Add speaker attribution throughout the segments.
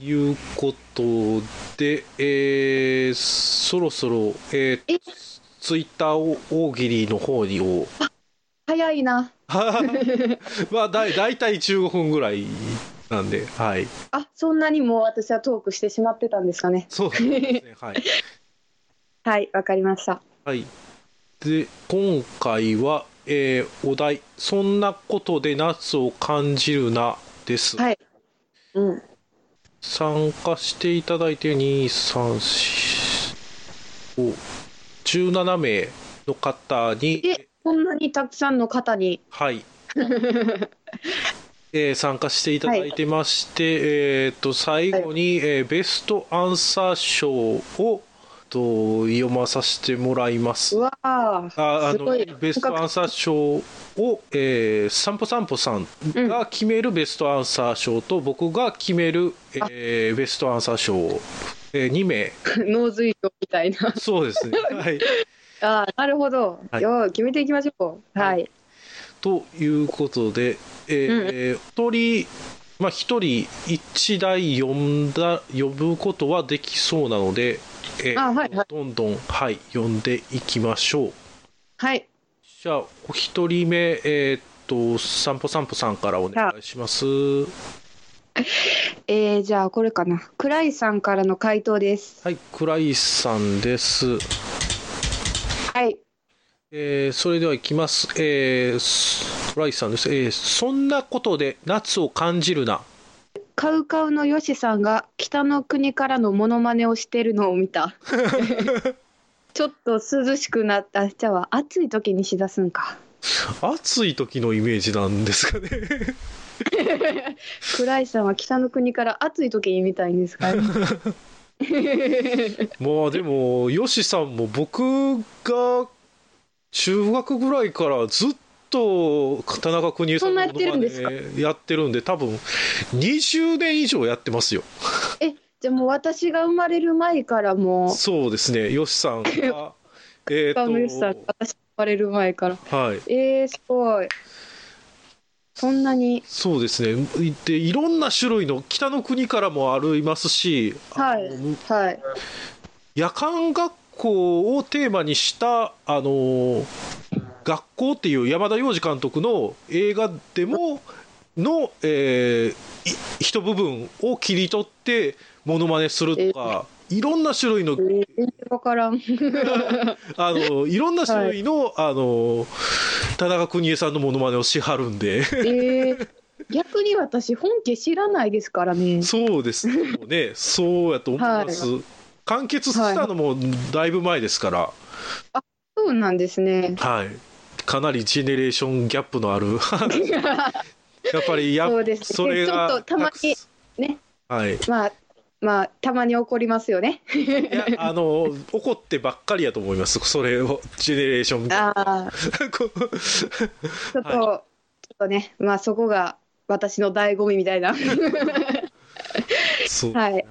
Speaker 1: いうことで、えー、そろそろ、えー
Speaker 2: え、
Speaker 1: ツイッターを大喜利の方に を、
Speaker 2: 早いな。
Speaker 1: まあ、だい大体15分ぐらいなんで、はい。
Speaker 2: あ、そんなにもう私はトークしてしまってたんですかね。
Speaker 1: そうですね、 はい。
Speaker 2: はい、わかりました。
Speaker 1: はい。で、今回は、えーお題、そんなことで夏を感じるな、です。
Speaker 2: はいうん。
Speaker 1: 参加していただいて234517名の方に
Speaker 2: え、こんなにたくさんの方に。
Speaker 1: はい、えー参加していただいてまして、えーっと最後に、えーベストアンサー賞をと読まさせてもらいます
Speaker 2: う。わあ。
Speaker 1: ああ
Speaker 2: す
Speaker 1: の
Speaker 2: ごい
Speaker 1: ベストアンサー賞を、えー、散歩散歩さんが決めるベストアンサー賞と、僕が決める、えーベストアンサー賞、えー、2名
Speaker 2: 脳髄症みたいな。
Speaker 1: そう ですね、はい、
Speaker 2: ああ、なるほど。
Speaker 1: はい
Speaker 2: よう決めていきましょう。
Speaker 1: は
Speaker 2: はいい。
Speaker 1: ということで、えー
Speaker 2: うん
Speaker 1: えー一人まあ、一人一台読んだ呼ぶことはできそうなので、えー
Speaker 2: あはいはい
Speaker 1: どんどん、はい、読んでいきましょう。
Speaker 2: はい。
Speaker 1: じゃあお一人目えーっと散歩散歩さんからお願いします。
Speaker 2: えー、じゃあこれかな。クライさんからの回答です。
Speaker 1: はい、倉石さんです。
Speaker 2: はい。
Speaker 1: えーそれではいきます。えーす、倉石さんです。えーそんなことで夏を感じるな。
Speaker 2: カウカウのヨシさんが北の国からのモノマネをしてるのを見た。ちょっと涼しくなった。じゃあ暑い時にしだすんか。
Speaker 1: 暑い時のイメージなんですかね。
Speaker 2: クライさんは北の国から暑い時に見たいんですかね。
Speaker 1: まあでも、ヨシさんも僕が中学ぐらいからずっと田中邦衛さんの
Speaker 2: そんなやってるんですか
Speaker 1: モノマネやってるんで、多分20年以上やってますよ。
Speaker 2: え、じゃあもう私が生まれる前からもう、
Speaker 1: そうですね、ヨシさ んが、えーっ
Speaker 2: カウカウのヨシさん
Speaker 1: と、
Speaker 2: 私が生まれる前から。
Speaker 1: はい。
Speaker 2: えー、すごい。そんなに。
Speaker 1: そうですね。で、いろんな種類の北の国からもありますし、
Speaker 2: はい
Speaker 1: あの
Speaker 2: はい。
Speaker 1: 夜間学校をテーマにした、あの、学校っていう山田洋次監督の映画でも、の、えーい一部分を切り取って、モノマネするとか、いろんな種類の
Speaker 2: え、ー全然わからん。
Speaker 1: あの、いろんな種類の、あの、田中邦衛さんのモノマネをしはるん で。
Speaker 2: えー、逆に私本家知らないですからね。
Speaker 1: そうですね。もうね、そうやと思います。完結したのもだいぶ前ですから、
Speaker 2: そうなんですね。
Speaker 1: はい。かなりジェネレーションギャップのあ る。やっぱりや
Speaker 2: そうですね
Speaker 1: れが
Speaker 2: ちょっとたまにね
Speaker 1: はい。い
Speaker 2: まあまあたまに怒りますよね。
Speaker 1: やあの怒ってばっかりやと思います。それをジェネレーション。
Speaker 2: ああ
Speaker 1: こう
Speaker 2: ちょっと、ちょっとねまあそこが私の醍醐味みた いな。
Speaker 1: そう
Speaker 2: はい
Speaker 1: はい、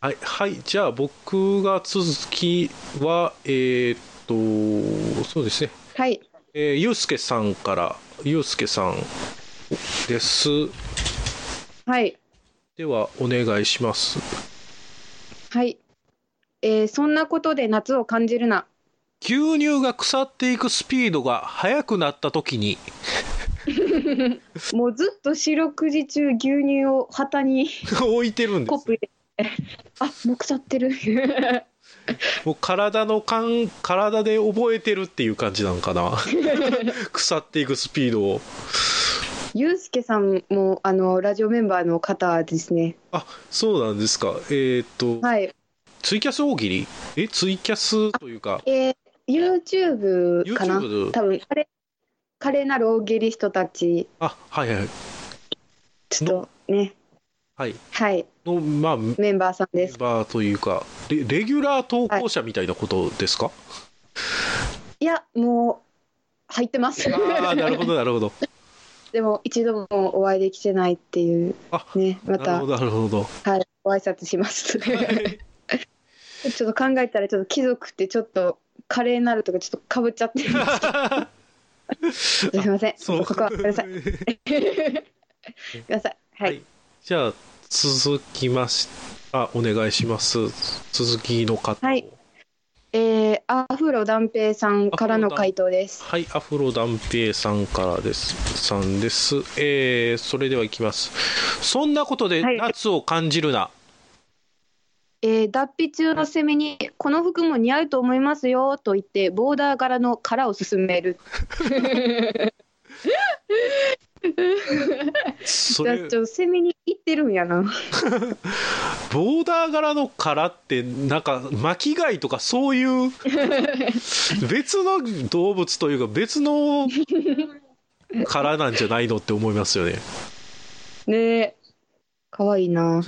Speaker 1: はいはいじゃあ僕が続きはえーっとそうですね
Speaker 2: はい
Speaker 1: えー、ゆうすけさんから、ゆうすけさんです。
Speaker 2: はい
Speaker 1: では、お願いします。
Speaker 2: はい。えー、そんなことで夏を感じるな。
Speaker 1: 牛乳が腐っていくスピードが速くなった時 に、
Speaker 2: もうずっと四六時中牛乳を旗に
Speaker 1: 置いてるんで
Speaker 2: コッ
Speaker 1: す。
Speaker 2: プ入れて。あもう腐ってる。
Speaker 1: もう体の感、体で覚えてるっていう感じなのか な。腐っていくスピードを。
Speaker 2: ゆうすけさんもあのラジオメンバーの方ですね。
Speaker 1: あ、そうなんですか。えーっと、
Speaker 2: はい。
Speaker 1: ツイキャス大喜利え、ツイキャスというか、
Speaker 2: えー、YouTube かな
Speaker 1: YouTube
Speaker 2: 多分あれ華麗なる大喜利人たち
Speaker 1: あ、はいはい。
Speaker 2: ちょっとね
Speaker 1: はい。
Speaker 2: はい
Speaker 1: の、まあ、メ
Speaker 2: メンバーさんで
Speaker 1: ン
Speaker 2: す
Speaker 1: バーというか、レレギュラー投稿者みたいなことですか、
Speaker 2: いやもう入ってます
Speaker 1: ああ、なるほど、なるほど。
Speaker 2: でも一度もお会いできてないっていう
Speaker 1: あ
Speaker 2: ねま
Speaker 1: なる
Speaker 2: た
Speaker 1: ほど、なるほ ど。
Speaker 2: はいご挨拶します ちょっと考えたらちょっと貴族ってちょっと華麗なるとかちょっとかぶっちゃってるんで すけどすいません
Speaker 1: そう
Speaker 2: ここはごめんなさいごめんなさいはい、
Speaker 1: じゃあ、続きましたお願いします続きの方
Speaker 2: はいえー、アフロ断平さんからの回答です。
Speaker 1: はい、アフロ断平さんからです。さんです。えー、それではいきます。そんなことで
Speaker 2: はい
Speaker 1: 夏を感じるな。
Speaker 2: えー、脱皮中のセミに、この服も似合うと思いますよと言って、ボーダー柄の殻を勧める。
Speaker 1: そ
Speaker 2: じゃあ
Speaker 1: れ
Speaker 2: ちょセミに行ってるんやな。
Speaker 1: ボーダー柄の殻ってなんか巻き貝とかそういう 別の動物というか別の殻なんじゃないのって思いますよね。
Speaker 2: ねえ、かわいいな。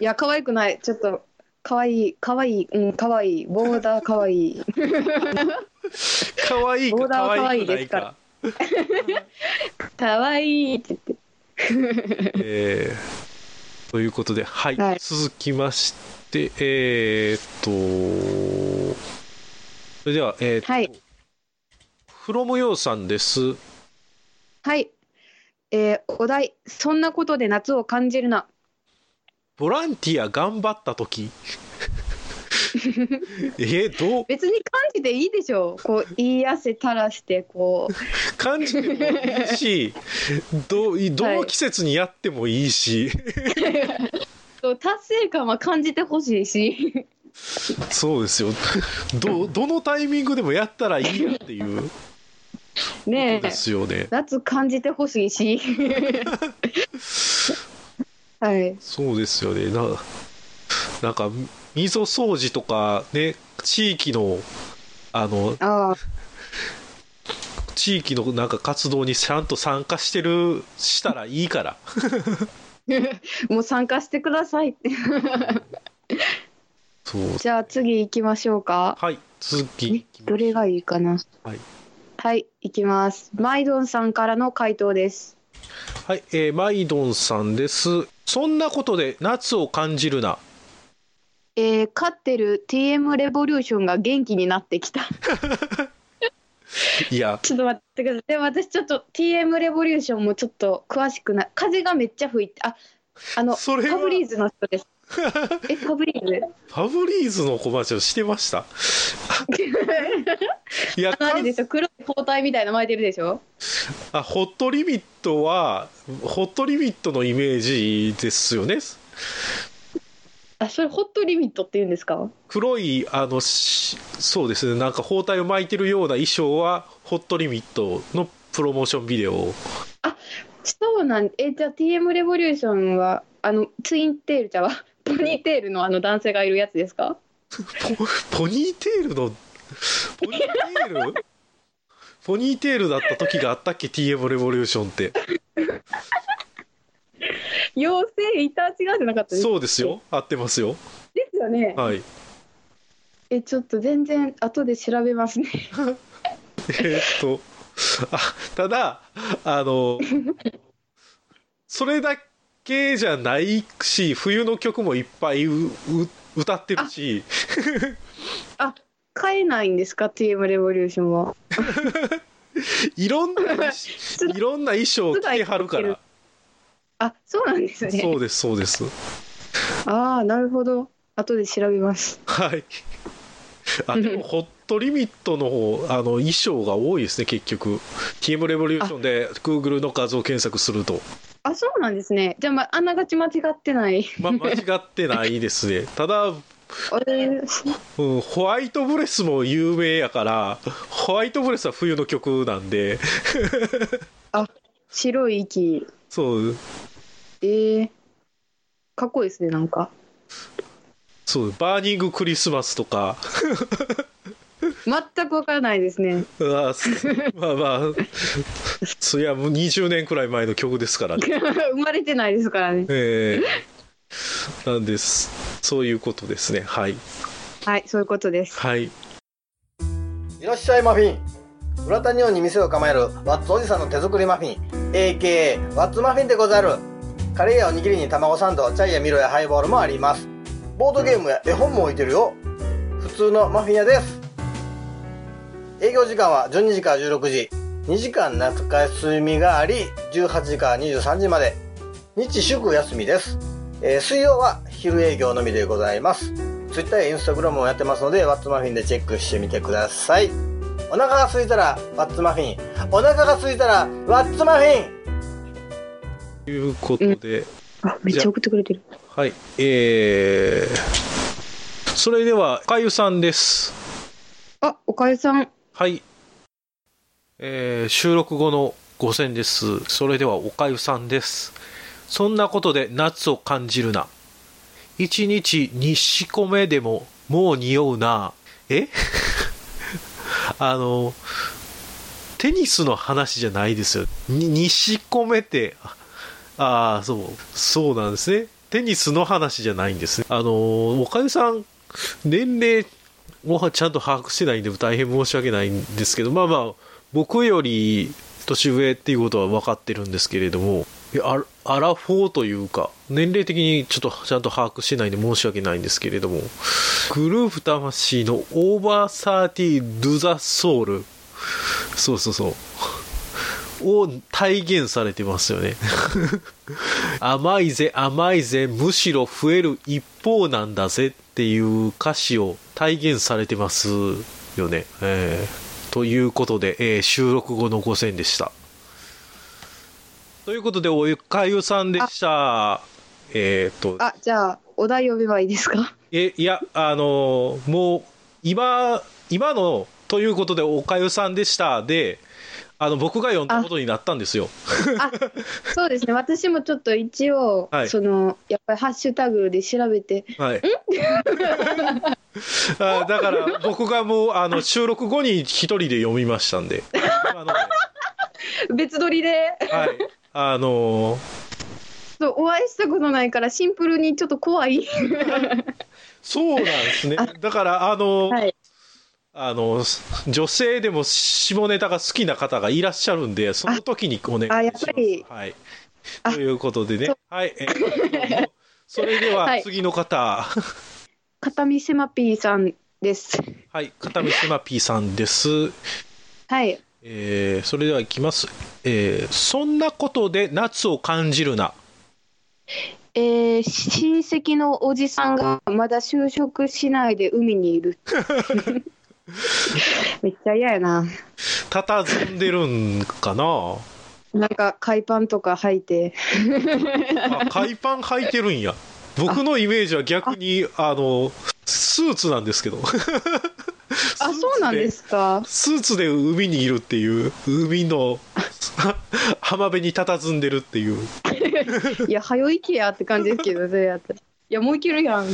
Speaker 2: いや、かわいくない。ちょっと、かわいい、かわいい、うん、かわいい。ボーダーかわいい。
Speaker 1: 可愛い
Speaker 2: ボ
Speaker 1: か
Speaker 2: ーダー
Speaker 1: 可
Speaker 2: は可
Speaker 1: 愛
Speaker 2: 愛い
Speaker 1: くない
Speaker 2: ですから
Speaker 1: か。
Speaker 2: かわいいって言って。
Speaker 1: えーということで、はい、
Speaker 2: はい
Speaker 1: 続きまして、えーっと、それでは、えーっと、
Speaker 2: はい
Speaker 1: フロムヨウさんです。
Speaker 2: はい。えーお題、そんなことで夏を感じるな。
Speaker 1: ボランティア頑張った 時えー、どう
Speaker 2: 別に感じていいでしょう。こう、言い汗垂らして、こう。
Speaker 1: 感じてもいいし、どうどの季節にやってもいいし、
Speaker 2: そう達成感は感じてほしいし。
Speaker 1: そうですよ。どどのタイミングでもやったらいいよっていうこと
Speaker 2: ねえ
Speaker 1: で。すよね。
Speaker 2: 夏感じてほしいし。はい。
Speaker 1: そうですよね。ななんか溝掃除とかね地域のあの
Speaker 2: ああ、
Speaker 1: 地域のなんか活動にちゃんと参加してるしたらいいから。
Speaker 2: もう参加してくださいって。
Speaker 1: そう
Speaker 2: じゃあ次行きましょうか。
Speaker 1: はい続き
Speaker 2: どれがいいかな。
Speaker 1: はい
Speaker 2: はい、行きます。マイドンさんからの回答です。
Speaker 1: はい、えーマイドンさんです。そんなことで夏を感じるな。
Speaker 2: えー、飼ってる TM レボリューションが元気になってきた。
Speaker 1: いや
Speaker 2: ちょっと待ってください。でも私ちょっと TM レボリューションもちょっと詳しくない。風がめっちゃ吹いて、あ、あの、
Speaker 1: それは
Speaker 2: ファブリーズの人 です。え、ファブリーズ
Speaker 1: ファブリーズのコマーシャルしてま した。いや
Speaker 2: あれでしょ、黒い包帯みたいなの巻いてるでしょ
Speaker 1: あホットリミットはホットリミットのイメージですよね。
Speaker 2: あ、それホットリミットって言うんですか
Speaker 1: 黒いあのしそうですねなんか包帯を巻いてるような衣装はホットリミットのプロモーションビデオ
Speaker 2: そうなん、え、じゃあ TM レボリューションは、あの、ツインテールじゃわ、 ポニーテールのあの男性がいるやつですか
Speaker 1: ポポニーテールのポニーテールポニーテールだった時があったっけ TM レボリューションって
Speaker 2: 妖精いた違うじゃなかったです
Speaker 1: そうですよ合ってますよ
Speaker 2: ですよね。
Speaker 1: はい
Speaker 2: え、ちょっと全然後で調べますね。
Speaker 1: えーっとあただあのそれだけじゃないし冬の曲もいっぱいうう歌ってるし
Speaker 2: 買えないんですか TM レボリューションは。
Speaker 1: いろんな衣装いろんな衣装を着てはるから。
Speaker 2: あ、そうなんですね。
Speaker 1: そうですそうです。
Speaker 2: ああ、なるほど。後で調べます。
Speaker 1: はい。あでもホットリミットの方あの衣装が多いですね結局。TM レボリューションで Google の画像検索すると
Speaker 2: あ、そうなんですね。じゃあ、まあ、あながち間違って ない。
Speaker 1: ま間違ってないですね。ただ、うん、
Speaker 2: あれそ
Speaker 1: ホワイトブレスも有名やからホワイトブレスは冬の曲なんで
Speaker 2: 白い息。
Speaker 1: そう
Speaker 2: えー、かっこいいですね、なんか。
Speaker 1: そうバーニングクリスマスとか。
Speaker 2: 全くわからないですね。
Speaker 1: ああすまあまあそりゃもう20年くらい前の曲ですからね、
Speaker 2: 生まれてないですからね。
Speaker 1: ええなんですそういうことですねはい
Speaker 2: はい、そういうことです。
Speaker 1: はい
Speaker 3: いらっしゃいマフィン浦田日本に店を構えるワッツおじさんの手作りマフィン AKA ワッツマフィンでござるカレーやおにぎりに卵サンドチャイやミロやハイボールもありますボードゲームや絵本も置いてるよ普通のマフィン屋です営業時間は12時から16時2時間夏休みがあり18時から23時まで日祝休みです、えー水曜は昼営業のみでございます Twitter や Instagram もやってますのでワッツマフィンでチェックしてみてくださいお腹が空いたらワッツマフィンお腹が空いたらワッツマフィン
Speaker 1: ということで、
Speaker 2: あめっちゃ送ってくれてる
Speaker 1: はいえー、それではかゆさんです
Speaker 2: あおかゆさん
Speaker 1: はい、えー収録後の5選ですそれではおかゆさんですそんなことで夏を感じるな一日2しこめでももう匂うなえ あのテニスの話じゃないですよに2しこめってああーそうそうなんですねテニスの話じゃないんですねあのおかゆさん年齢もちゃんと把握してないんで大変申し訳ないんですけどまあまあ僕より年上っていうことは分かってるんですけれどもいやアラアラフォーというか年齢的にちょっとちゃんと把握してないんで申し訳ないんですけれどもグループ魂のオーバーサーティー・ドゥ・ザ・ソウルそうそうそうを体現されてますよね 甘いぜ甘いぜむしろ増える一方なんだぜっていう歌詞を体現されてますよね、えーということで、えー収録後の5選でしたということでおゆかゆさんでしたえーっと
Speaker 2: あじゃあお題呼べばいいです か
Speaker 1: えいやあのーもう今今のということでおかゆさんでしたであの僕が読んだことになったんですよ
Speaker 2: あそうですね私もちょっと一応、
Speaker 1: はい
Speaker 2: そのやっぱりハッシュタグで調べて
Speaker 1: はい。 あだから僕がもうあの収録後に一人で読みましたん で。あの
Speaker 2: 別撮りで
Speaker 1: はい。あのー
Speaker 2: そうお会いしたことないからシンプルにちょっと怖い
Speaker 1: そうなんですね。だからあのー
Speaker 2: はい
Speaker 1: あの女性でも下ネタが好きな方がいらっしゃるんでその時にお願いします。
Speaker 2: あやっぱり
Speaker 1: はい。
Speaker 2: あ
Speaker 1: ということでね
Speaker 2: そ。
Speaker 1: はい。えーそれでは
Speaker 2: はい
Speaker 1: 次の方。
Speaker 2: 片見せまぴーさんです
Speaker 1: はい。片見島 P さんです。
Speaker 2: はい
Speaker 1: えーそれではいきます、えーそんなことで夏を感じるな
Speaker 2: えー親戚のおじさんがまだ就職しないで海にい るめっちゃ嫌やな
Speaker 1: 佇んでるんかな
Speaker 2: なんか海パンとか履いて
Speaker 1: あ海パン履いてるんや僕のイメージは逆にあのスーツなんですけど
Speaker 2: あそうなんですか
Speaker 1: スーツで海にいるっていう海の 浜辺に佇んでるっていう
Speaker 2: いや早いけやって感じですけどそれやったらいやもういけるやん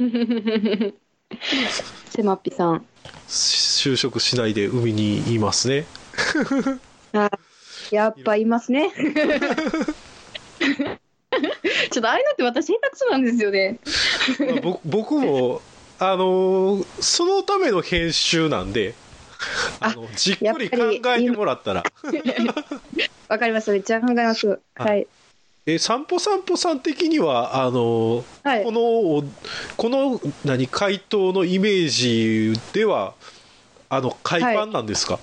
Speaker 2: せまっぴさん
Speaker 1: 就職しないで海にいますね
Speaker 2: あやっぱいます ねちょっとああいうのって私下手くそなんですよね
Speaker 1: まあぼ 僕も、あのーそのための編集なんで、あのじっくり考えてもらったら、
Speaker 2: わかりましためっちゃ考えますはい
Speaker 1: え散歩散歩さん的には、あのー
Speaker 2: はい
Speaker 1: このお、この何、回答のイメージでは、あの、海パンなんですか、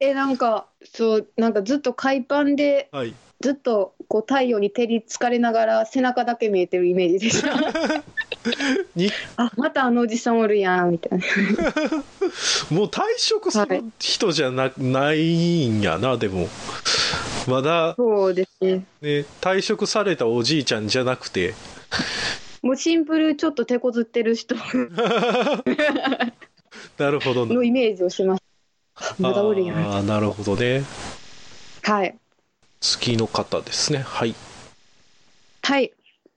Speaker 2: えなんかそうなんかずっと海パンで
Speaker 1: はい、
Speaker 2: ずっとこう太陽に照りつかれながら背中だけ見えてるイメージでした
Speaker 1: に
Speaker 2: あまたあのおじさんおるやんみたいな
Speaker 1: もう退職する人じゃな,、ないんやな、でも。まだ、
Speaker 2: そうですね
Speaker 1: ね、退職されたおじいちゃんじゃなくて、
Speaker 2: もうシンプルちょっと手こずってる人
Speaker 1: なるほどな
Speaker 2: のイメージをしましたまだおるやん
Speaker 1: あーなるほどね。
Speaker 2: はい
Speaker 1: 月の方ですね。はい。
Speaker 2: はい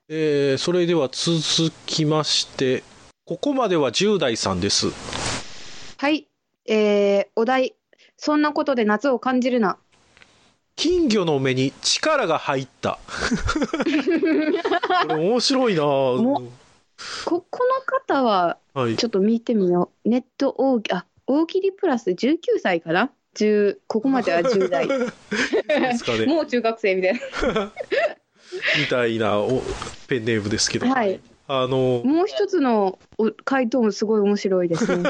Speaker 1: えーそれでは続きまして、ここまでは10代さんです。
Speaker 2: はい、えー、お題「そんなことで夏を感じるな
Speaker 1: 金魚の目に力が入 った。これ面白いなぁ
Speaker 2: もこ」この方は
Speaker 1: はい。
Speaker 2: ちょっと見てみようネット大喜あ大喜利プラス19歳かな10ここまでは10 代
Speaker 1: ですかね。
Speaker 2: もう中学生みたい
Speaker 1: みたいなおペンネームですけど。
Speaker 2: なはい
Speaker 1: あの、
Speaker 2: もう一つのお回答もすごい面白いで すね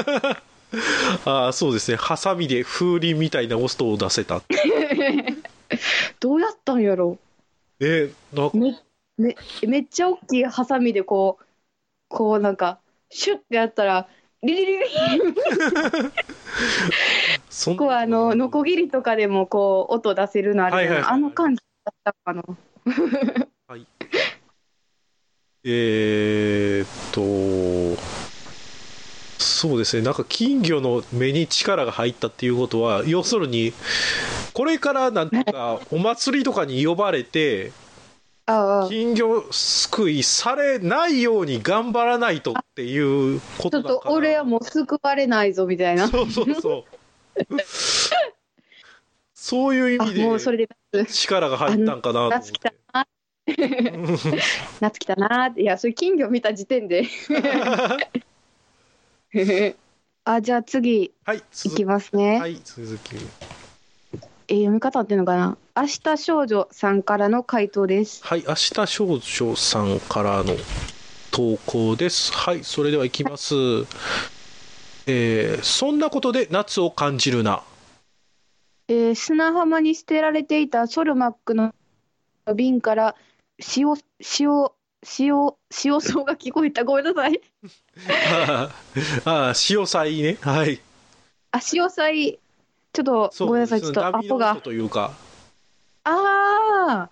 Speaker 1: あーそうですね。ハサミで風鈴みたいな音を出せた。
Speaker 2: どうやったんやろ
Speaker 1: えなんか
Speaker 2: めめめっちゃ大きいハサミでこうこうなんかシュッてやったらリリリリ
Speaker 1: そん
Speaker 2: こうあのノコギリとかでもこう音出せるのあれ、
Speaker 1: はいはいはい
Speaker 2: あの感じだったかな
Speaker 1: えーっとそうですねなんか金魚の目に力が入ったっていうことは要するにこれからなんていうかお祭りとかに呼ばれて
Speaker 2: ああち
Speaker 1: 金魚すくいされないように頑張らないとっていうこ
Speaker 2: ょ
Speaker 1: とだ
Speaker 2: っ
Speaker 1: から
Speaker 2: と俺はもう救われないぞみたいな
Speaker 1: そうそうそうそういう意
Speaker 2: あ
Speaker 1: 味
Speaker 2: もうそ
Speaker 1: で
Speaker 2: れで
Speaker 1: 力が入ったんかなと思っ
Speaker 2: 夏来た
Speaker 1: て
Speaker 2: な夏来たなーっていやそれ金魚見た時点であじゃあ次
Speaker 1: はい
Speaker 2: い
Speaker 1: 続
Speaker 2: き
Speaker 1: き
Speaker 2: ますね、
Speaker 1: はい続き
Speaker 2: えー読み方っていうのかな明日少女さんからの回答です
Speaker 1: はい、明日少女さんからの投稿です。はい、それではいきます。えーそんなことで夏を感じるな。
Speaker 2: えー砂浜に捨てられていたソルマックの瓶から塩塩塩塩草が聞こえたごめんなさい
Speaker 1: あーあー、潮騒ね。はい。
Speaker 2: あ塩菜ちょっとごめんなさいちょっとア
Speaker 1: 波の
Speaker 2: ポ
Speaker 1: 音
Speaker 2: が
Speaker 1: というか、
Speaker 2: あ
Speaker 1: あ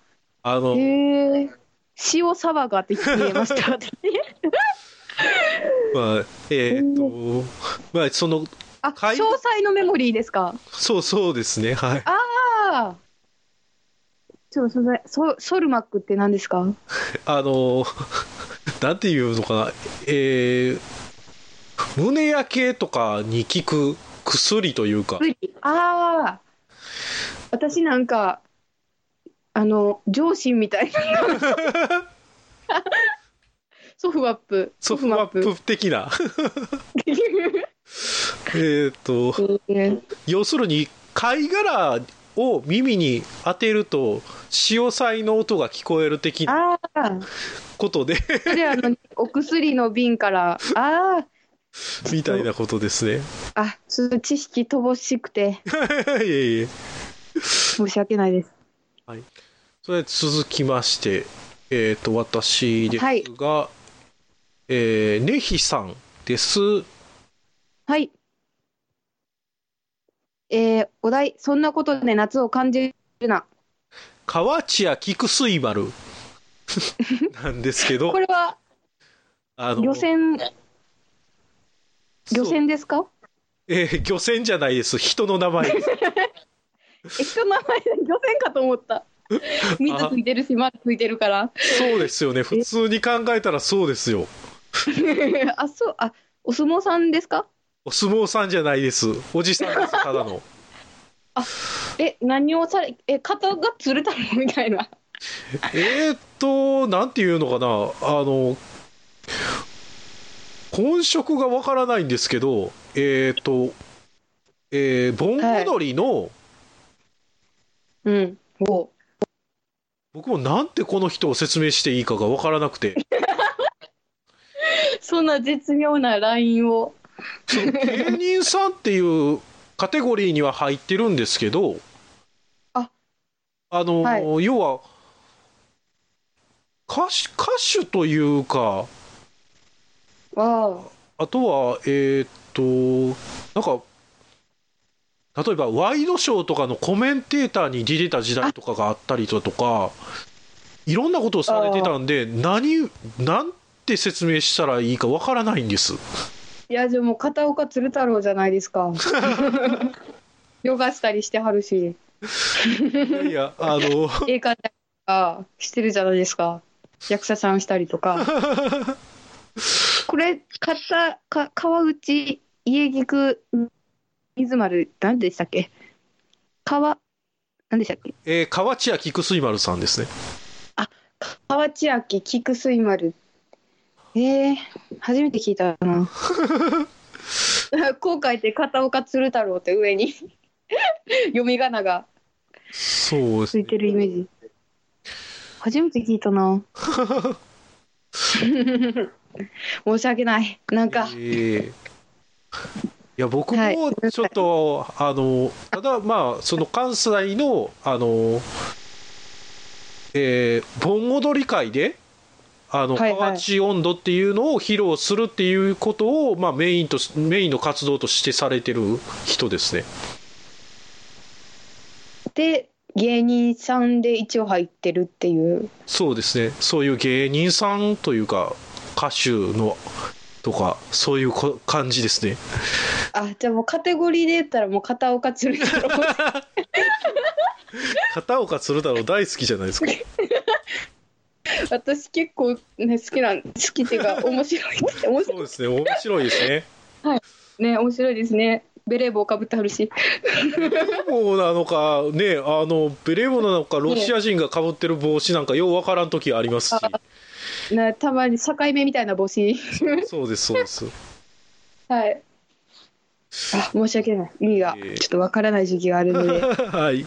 Speaker 2: あ
Speaker 1: の、
Speaker 2: へえ塩サバがって聞えました私
Speaker 1: まあ、えーっと、まあ、その、
Speaker 2: あ
Speaker 1: か
Speaker 2: 詳
Speaker 1: い
Speaker 2: 細のメモリーですか
Speaker 1: そうそうですね。はい。
Speaker 2: ああちょっとすみませんソソルマックって何ですか
Speaker 1: あの、 なんていうのかな。えー胸焼けとかに効く薬というか。
Speaker 2: 無理ああ私なんかあの上司みたいな ソフマップ
Speaker 1: ソフマップ的な。えーっと、要するに貝殻を耳に当てると潮騒の音が聞こえる的な
Speaker 2: ああ
Speaker 1: ことで
Speaker 2: それあのお薬の瓶からあ
Speaker 1: みたいなことですね。
Speaker 2: ああちょっと知識乏しくて
Speaker 1: いえいえ。
Speaker 2: 申し訳ないです
Speaker 1: それで続きまして、えー、と私ですが、えーねひさんです。
Speaker 2: はいえー、お題そんなことで夏を感じるな
Speaker 1: 河内屋菊水 丸なんですけど
Speaker 2: こ、れは
Speaker 1: あ
Speaker 2: 漁船漁
Speaker 1: そう
Speaker 2: 船ですか
Speaker 1: えー漁船じゃないです。人の名 前です。
Speaker 2: え人の名前で漁船かと思った水ついてるし丸ついてるから
Speaker 1: そうですよね。普通に考えたらそうですよ。
Speaker 2: あそうあお相撲さんですか
Speaker 1: お相撲さんじゃないです。おじさんです、ただ の。
Speaker 2: え何をされえ肩がつれたのみたいな
Speaker 1: えーっと、なんていうのかな、あの、本職がわからないんですけど、えーっと、えー、盆踊りの、
Speaker 2: うんお
Speaker 1: 僕もなんてこの人を説明していいかがわからなくて、
Speaker 2: そんな絶妙なラインを
Speaker 1: その芸人さんっていうカテゴリーには入ってるんですけど、
Speaker 2: あ
Speaker 1: あの、
Speaker 2: は
Speaker 1: 要は、歌手歌手というか、
Speaker 2: あ
Speaker 1: あとは、えーっと、なんか、例えばワイドショーとかのコメンテーターに出てた時代とかがあったりだとか、いろんなことをされてたんで、何、なんて説明したらいいかわからないんです。
Speaker 2: いやでも片岡鶴太郎じゃないです かヨガしたりしてはるし
Speaker 1: いやいや、あの、
Speaker 2: 映画とかしてるじゃないですか役者さんしたりとかこれ買ったか川内家菊水丸何でしたっけ川何でしたっけ
Speaker 1: えー、河内屋菊水丸さんですね。
Speaker 2: 川内明菊水丸えー、初めて聞いたな後悔って片岡鶴太郎って上に 読み仮名が
Speaker 1: そうです
Speaker 2: ついてるイメージ初めて聞いたな申し訳ないなんか、
Speaker 1: えーいや僕
Speaker 2: はい
Speaker 1: もちょっと、あのただまあその関西のあの、ええー盆踊り会で、あの、
Speaker 2: はいはい
Speaker 1: 河内音頭っていうのを披露するっていうことを、まあ、メインとし、メインの活動としてされてる人ですね。
Speaker 2: で芸人さんで一応入ってるっていう
Speaker 1: そうですね。そういう芸人さんというか、歌手の、とか、そういうこ感じですね。
Speaker 2: あじゃあもうカテゴリーで言ったらもう片岡鶴太郎
Speaker 1: 片岡鶴太郎大好きじゃないですか。
Speaker 2: 私結構ね好きなん好きっていうか面白いって面
Speaker 1: そう
Speaker 2: 白い
Speaker 1: ですね。面白いですね。
Speaker 2: ね面白いですねベレー帽かぶってはるし
Speaker 1: もうなのか、ね、あの、ベレー帽なのか、ロシア人が被ってる帽子なんか、ようわからん時ありますし。
Speaker 2: なたまに境目みたいな帽子
Speaker 1: そうです、そうです。
Speaker 2: はいあ申し訳ない意味が
Speaker 1: いえいえ
Speaker 2: ちょっとわからない時期があるので
Speaker 1: はい。